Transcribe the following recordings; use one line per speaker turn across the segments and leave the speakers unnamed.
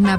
La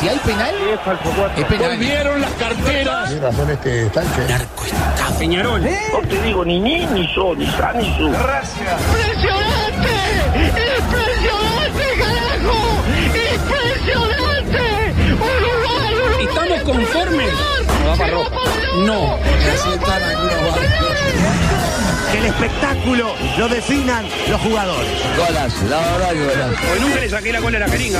Si hay penal, es penal.
Volvieron las carteras.
Peñarol.
¿Eh?
¡Impresionante! ¡Impresionante, carajo! ¡Impresionante! ¡Uruguay, Uruguay!
¿Estamos conformes?
No da para ropa. No.
el espectáculo lo definan los jugadores.
Porque nunca le saqué la cola a la jeringa.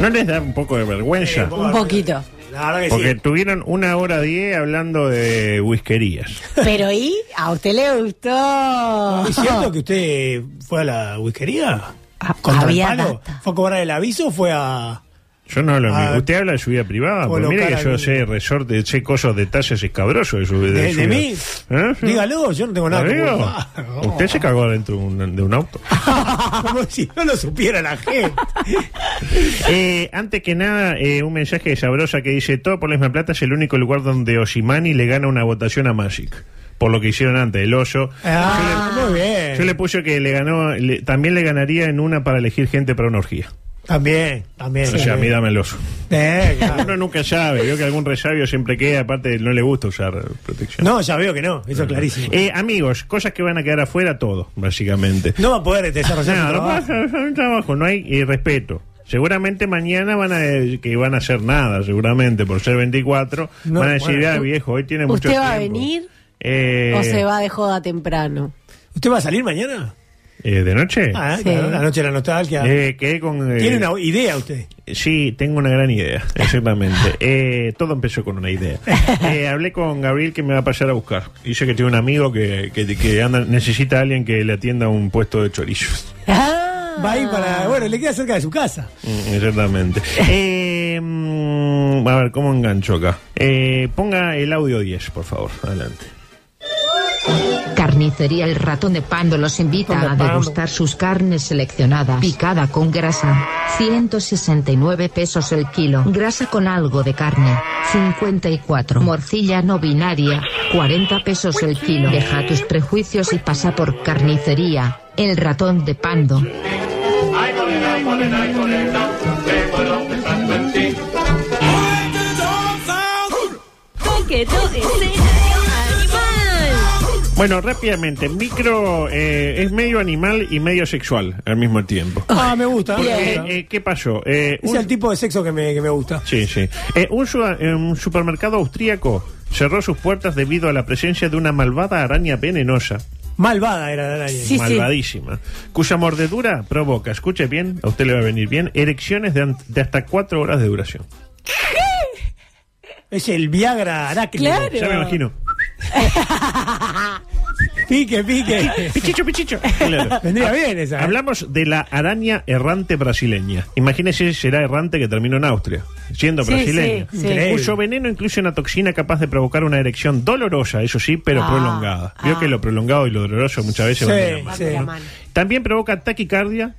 ¿No les da un poco de vergüenza?
Un poquito.
La verdad que
Porque tuvieron una hora diez hablando de whiskerías.
Pero ¿y? ¿A usted le gustó?
sí. ¿Es cierto que usted fue a la whiskería?
Ah,
¿Contra el
había
palo?
data.
¿Fue a cobrar el aviso o fue a...?
Yo no hablo
Ah.
mío. Usted habla de su vida privada. Pues mire que
Colocar
yo
algún-
sé resorte, sé cosas, detalles escabrosos de su vida.
¿De,
su
de
vida.
mí?
¿Eh? Sí.
Dígalo, yo no tengo nada que
Amigo,
culpar. No.
Usted se cagó dentro de un, de un auto.
Como si no lo supiera la gente.
Eh, antes que nada, eh, un mensaje de Sabrosa que dice: Todo por la misma plata es el único lugar donde Osimani le gana una votación a Magic. Por lo que hicieron antes, el hoyo.
Ah, muy bien.
Yo le puse que le ganó, le- también le ganaría en una para elegir gente para una orgía.
También, también.
O sea, a mí dame el oso.
Eh, claro.
Uno nunca sabe, veo que algún resabio siempre queda, aparte no le gusta usar eh, protección.
No, ya veo que no, eso es clarísimo.
Eh, amigos, cosas que van a quedar afuera, todo, básicamente.
No va a poder desarrollar
No,
su
no
trabajo.
pasa, es un trabajo, no hay eh, respeto. Seguramente mañana van a decir que van a hacer nada, seguramente por ser 24,
No,
van a decir,
bueno.
ah, viejo, hoy tiene mucho
¿Usted
tiempo.
va a venir
Eh,
o se va de joda temprano?
¿Usted va a salir mañana?
eh, ¿De noche?
Ah,
Sí.
claro, la noche de la nostalgia.
Eh, quedé con... eh,
Tiene una idea usted.
Sí, tengo una gran idea, exactamente. Eh, todo empezó con una idea. Eh, hablé con Gabriel que me va a pasar a buscar. Dice que tiene un amigo que, que- que anda- necesita a alguien que le atienda un puesto de chorizos.
Ah.
Va a ir para. Bueno, le queda cerca de su casa.
Mm, Exactamente. Eh, mm, a ver, ¿cómo engancho acá? Eh, ponga el audio 10, por favor. Adelante.
Carnicería El Ratón de Pando los invita a degustar sus carnes seleccionadas. Picada con grasa. 169 pesos el kilo. Grasa con algo de carne. 54. Morcilla no binaria. 40 pesos el kilo. Deja tus prejuicios y pasa por Carnicería El Ratón de Pando.
Bueno, rápidamente. Micro eh, es medio animal y medio sexual al mismo tiempo.
Ah, me gusta. me
Eh,
gusta.
eh, ¿Qué pasó? Eh,
Es
un-
el tipo de sexo que me, que me gusta.
Sí, sí. Eh, un, su- eh, un supermercado austríaco cerró sus puertas debido a la presencia de una malvada araña venenosa,
Malvada era la araña.
Sí, sí.
malvadísima, cuya mordedura provoca, escuche bien, a usted le va a venir bien, erecciones de, an- de hasta cuatro horas de duración.
Es el Viagra arácnido.
Claro.
Ya me imagino.
Pique, pique.
Pichicho, pichicho. Claro. Ah,
Vendría bien esa. ¿eh?
Hablamos de la araña errante brasileña. Imagínese si será errante que terminó en Austria, siendo
Sí,
brasileña.
sí, sí.
Increíble. Cuyo veneno incluye una toxina capaz de provocar una erección dolorosa, eso sí, pero
Ah,
prolongada. Vio
ah.
que lo prolongado y lo doloroso muchas veces
Sí,
van de la mano.
sí.
Va de la mano.
También provoca taquicardia.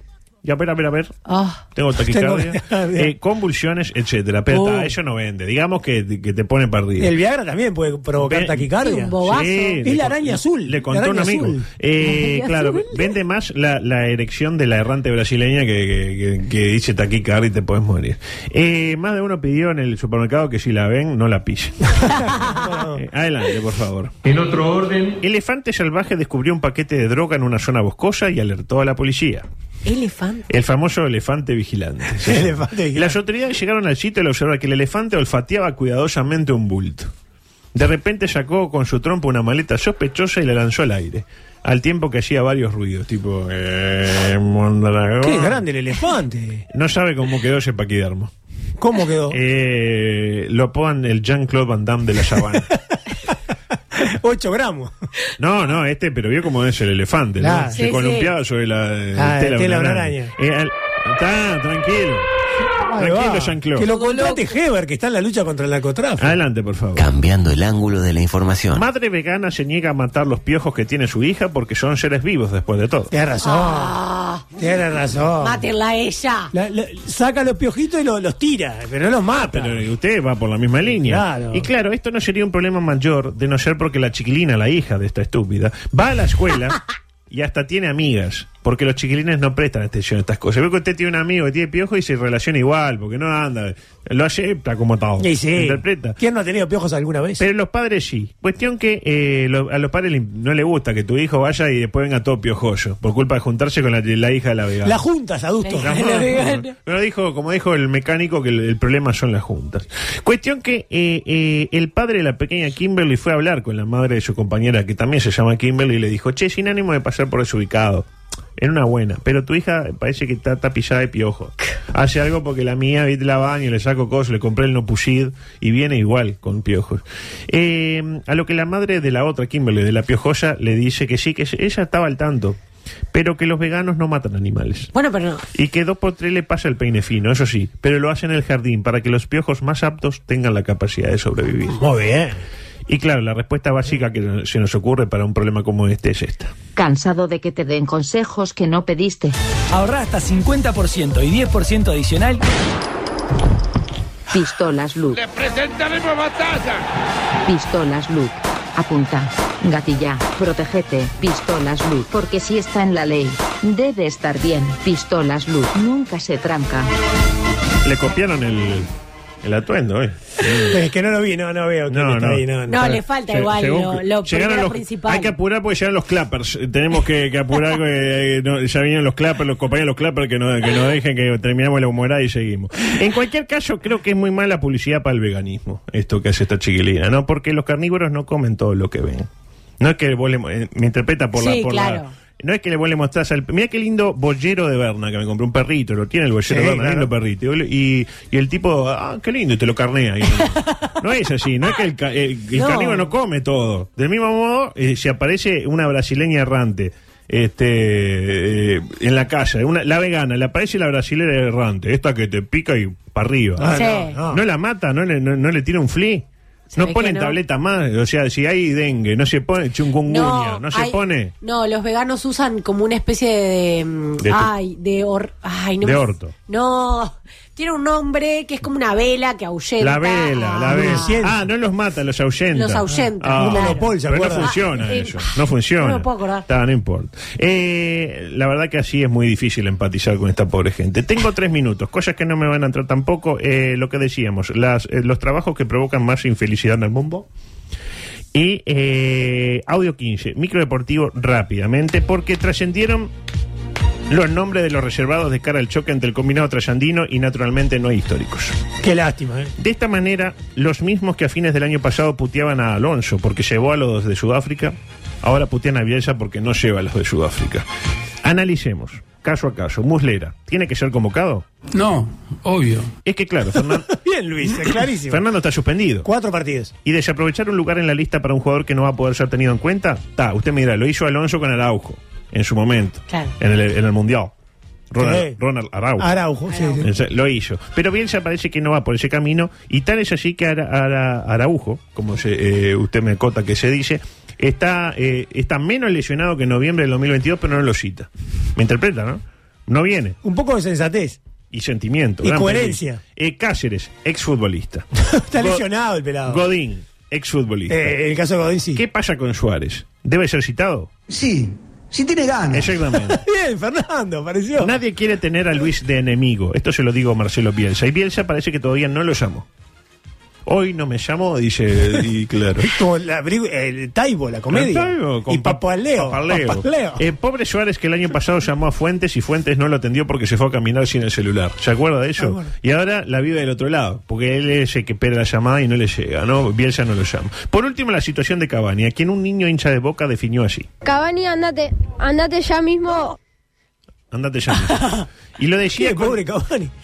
Ya, a ver, a ver, a ver.
Ah.
Tengo taquicardia.
Tengo-
eh, convulsiones, etcétera. Pero
Uh.
ta, eso no vende. Digamos que, que te pone perdido.
El Viagra también puede provocar
Ve-
Y
taquicardia.
un bobazo.
Es la araña azul,
Le
la
contó un
araña
amigo.
azul.
Eh,
La araña
claro,
azul.
vende más la, la erección de la errante brasileña que, que- que- que dice taquicardia y te puedes morir. Eh, más de uno pidió en el supermercado que si la ven, no la pillen. Eh, adelante, por favor.
En otro orden,
Elefante salvaje descubrió un paquete de droga en una zona boscosa y alertó a la policía.
Elefante.
El famoso elefante vigilante. Sí.
Elefante vigilante.
Las autoridades llegaron al sitio y le observaron que el elefante olfateaba cuidadosamente un bulto. De repente sacó con su trompa una maleta sospechosa y la lanzó al aire. Al tiempo que hacía varios ruidos, tipo... Eh, mondragón.
Qué grande el elefante.
No sabe cómo quedó ese paquidermo.
¿Cómo quedó?
Eh, lo apodan el Jean-Claude Van Damme de la sabana.
8 gramos.
No, no, este, pero vio cómo es el elefante, ¿no?
Claro.
Se
Sí,
columpiaba sobre la eh,
Ah,
tela de una
tela
araña. Eh, al- Está, tranquilo. Ah,
Ahí va.
Tranquilo, Jean-Claude.
Que lo contrate Heber, que está en la lucha contra el narcotráfico.
Adelante, por favor.
Cambiando el ángulo de la información.
Madre vegana se niega a matar los piojos que tiene su hija porque son seres vivos después de todo.
Tienes razón.
Ah.
Ah,
Tienes razón.
Mátenla a ella.
La- la- saca los piojitos y lo- los tira, pero no los mata.
Pero eh, usted va por la misma línea.
Claro.
Y claro, esto no sería un problema mayor de no ser porque la chiquilina, la hija de esta estúpida, va a la escuela y hasta tiene amigas. Porque los chiquilines no prestan atención a estas cosas. Veo que usted tiene un amigo que tiene piojo y se relaciona igual, porque no anda. Lo acepta como tal.
Y sí.
Interpreta.
¿Quién no ha tenido piojos alguna vez?
Pero los padres sí. Cuestión que eh, lo- a los padres le- no le gusta que tu hijo vaya y después venga todo piojoso por culpa de juntarse con la, la hija de la vegana.
Las juntas, adultos.
Ajá. Pero dijo, como dijo el mecánico, que el, el problema son las juntas. Cuestión que eh, eh, el padre de la pequeña Kimberly fue a hablar con la madre de su compañera, que también se llama Kimberly, y le dijo, che, sin ánimo de pasar por desubicado. En una buena, pero tu hija parece que está tapillada de piojo. Hace algo porque la mía, viste, la baño, le saco cosas, le compré el no pushid y viene igual con piojos. Eh, a lo que la madre de la otra Kimberly, de la piojosa, le dice que sí, que ella estaba al tanto, pero que los veganos no matan animales.
Bueno, pero no.
Y que dos por tres le pasa el peine fino, eso sí, pero lo hace en el jardín para que los piojos más aptos tengan la capacidad de sobrevivir.
Muy bien.
Y claro, la respuesta básica que se nos ocurre para un problema como este es esta.
Cansado de que te den consejos que no pediste.
Ahorra hasta 50% y 10% adicional.
Pistolas Luke.
¡Les presentaremos batalla!
Pistolas Luke. Apunta. Gatilla. Protégete. Pistolas Luke. Porque si está en la ley, debe estar bien. Pistolas Luke. Nunca se tranca.
Le copiaron el, el atuendo, ¿eh?
Es que no lo vi, no, no veo. quién
No,
está
no.
ahí, no, no.
No, le falta
eh, Se-
igual
según
lo,
que-
lo
llegaron
primero
los-
principal.
Hay que apurar porque llegan los clappers. Eh, Tenemos que, que apurar, eh, eh, no, ya vienen los clappers, los compañeros de los clappers que no, que no dejen que terminamos la humorada y seguimos. En cualquier caso, creo que es muy mala publicidad para el veganismo, esto que hace esta chiquilina, ¿no? Porque los carnívoros no comen todo lo que ven. No es que vos le mo- eh, me interpreta por la...
Sí,
Por
claro.
la no es que le vos le mostrás al... Mira qué lindo bollero de Berna que me compré un perrito, lo tiene el bollero
Sí,
de Berna,
claro.
lindo perrito. Y, y el tipo, ah, qué lindo, y te lo carnea. Y no, no es así, no es que el, ca- el- el
No.
carnívoro no come todo. Del mismo modo, eh, si aparece una brasileña errante este eh, en la casa, una- la vegana, le aparece la brasilera errante, esta que te pica y para arriba.
Ah,
Sí.
No la mata, no le, no, no le tira un flea.
Se
No
ve
ponen
que no.
tableta más, o sea, si hay dengue, no se pone chungunguña, no, se
hay-
pone
No, los veganos usan como una especie de. mm,
De tu-
ay, de. or- ay, no
De
me-
orto.
No. Tiene un nombre que es como una vela que ahuyenta.
la vela, la
Ah,
vela.
Ahuyenta.
Ah, no los mata, los ahuyenta.
Los ahuyenta,
Ah,
Un claro.
monopol, ¿se
pero no
acuerda?
funciona
Ah, eh,
eso, no funciona.
no me puedo acordar.
Está, no importa. Eh, la verdad que así es muy difícil empatizar con esta pobre gente. Tengo tres minutos, cosas que no me van a entrar tampoco. Eh, lo que decíamos, las, eh, los trabajos que provocan más infelicidad en el mundo. Y eh, audio 15, microdeportivo rápidamente, porque trascendieron los nombres de los reservados de cara al choque entre el combinado trasandino y naturalmente no históricos.
Qué lástima, ¿eh?
De esta manera, los mismos que a fines del año pasado puteaban a Alonso porque llevó a los de Sudáfrica, ahora putean a Bielsa porque no lleva a los de Sudáfrica. Analicemos, caso a caso. Muslera, ¿tiene que ser convocado?
No, obvio.
Es que claro, Fernan-
Bien, Luis, es clarísimo.
Fernando está suspendido.
Cuatro partidos.
¿Y desaprovechar un lugar en la lista para un jugador que no va a poder ser tenido en cuenta? Ta, usted me dirá, lo hizo Alonso con Araujo en su momento,
Claro.
en, el, en el Mundial. Ronald,
Sí.
Ronald Araujo.
Araujo, sí, sí.
Ese- Lo hizo. Pero Bielsa parece que no va por ese camino. Y tal es así que Ara- Ara- Araujo, como se- eh, usted me acota que se dice, está, eh, está menos lesionado que en noviembre del 2022, pero no lo cita. Me interpreta, ¿no? No viene.
Un poco de sensatez.
Y sentimiento.
Y
gran
coherencia.
periodista. Eh, Cáceres, exfutbolista.
Está
Go-
lesionado el pelado.
Godín, exfutbolista.
Eh, el caso de Godín, sí.
¿Qué pasa con Suárez? ¿Debe ser citado?
Sí, si tiene ganas.
Exactamente.
Bien, Fernando, apareció.
Nadie quiere tener a Luis de enemigo. Esto se lo digo a Marcelo Bielsa. Y Bielsa parece que todavía no lo llamó. Hoy no me llamó, dice, y claro.
Como la brigu- el Taibo, la comedia.
Claro, con
y
pa-
Papaleo.
Papaleo. Eh, pobre Suárez que el año pasado llamó a Fuentes y Fuentes no lo atendió porque se fue a caminar sin el celular. ¿Se acuerda de eso?
Ah, bueno.
Y ahora la vive del otro lado, porque él es el que espera la llamada y no le llega, ¿no? Bielsa no lo llama. Por último, la situación de Cavani, a quien un niño hincha de boca definió así.
Cavani, andate, andate ya mismo.
Andate ya. y lo decía. con-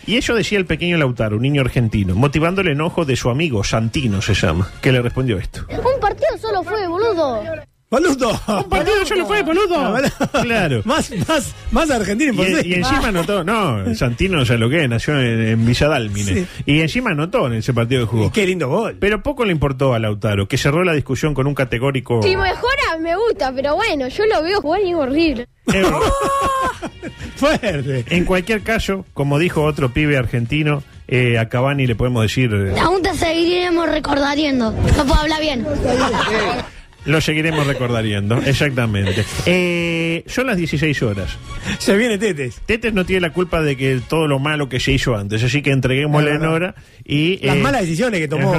Y eso decía el pequeño Lautaro, un niño argentino, motivando el enojo de su amigo, Santino se llama, que le respondió esto.
Un partido solo fue, boludo.
¡Boludo!
Un partido solo fue, boludo.
Claro.
más, más, más argentino
Y, y encima anotó, no, Santino ya lo que es, nació en, en Villa Dálmine.
Sí.
Y encima anotó en ese partido de jugó. Qué lindo gol. Pero poco le importó a Lautaro, que cerró la discusión con un categórico.
Si mejora, me gusta, pero bueno, yo lo veo jugar y es horrible.
Eh, Fuerte. En cualquier caso, como dijo otro pibe argentino, eh, a Cavani le podemos decir. eh,
Aún te seguiremos recordando. No puedo hablar bien.
Lo seguiremos recordariendo, exactamente. Eh, son las 16 horas.
Se viene Tetes.
Tetes no tiene la culpa de que todo lo malo que se hizo antes, así que entreguémosle
No,
en
no, no.
hora y...
Las malas decisiones que tomó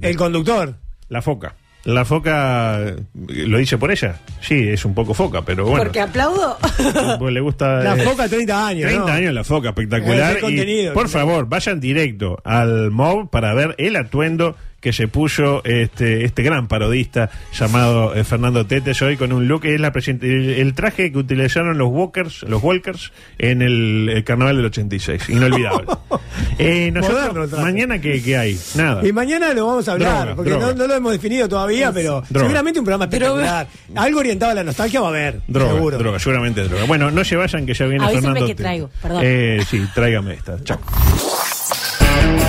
el
conductor.
La foca. La foca, eh, lo dice por ella. Sí, es un poco foca, pero bueno.
Porque aplaudo.
Pues le gusta...
La
eh,
foca 30 años.
30
¿no?
años la foca,
Ese
espectacular. Y,
contenido,
por
claro.
favor, vayan directo al MOB para ver el atuendo que se puso este, este gran parodista llamado eh, Fernando Tetes hoy con un look, es la present- el, el traje que utilizaron los Walkers, los Walkers en el, el carnaval del 86, inolvidable. Eh, nosotros,
Moderno el traje.
mañana que, hay, nada.
Y mañana lo vamos a hablar,
Droga,
porque
droga.
No, no lo hemos definido todavía, pero
Droga.
seguramente un programa espectacular. Algo orientado a la nostalgia va a haber,
Droga,
seguro.
droga, seguramente droga. Bueno, no se vayan que ya viene
Avísame
Fernando.
que
Tetes.
traigo, perdón.
Eh, sí, tráigame esta. Chao.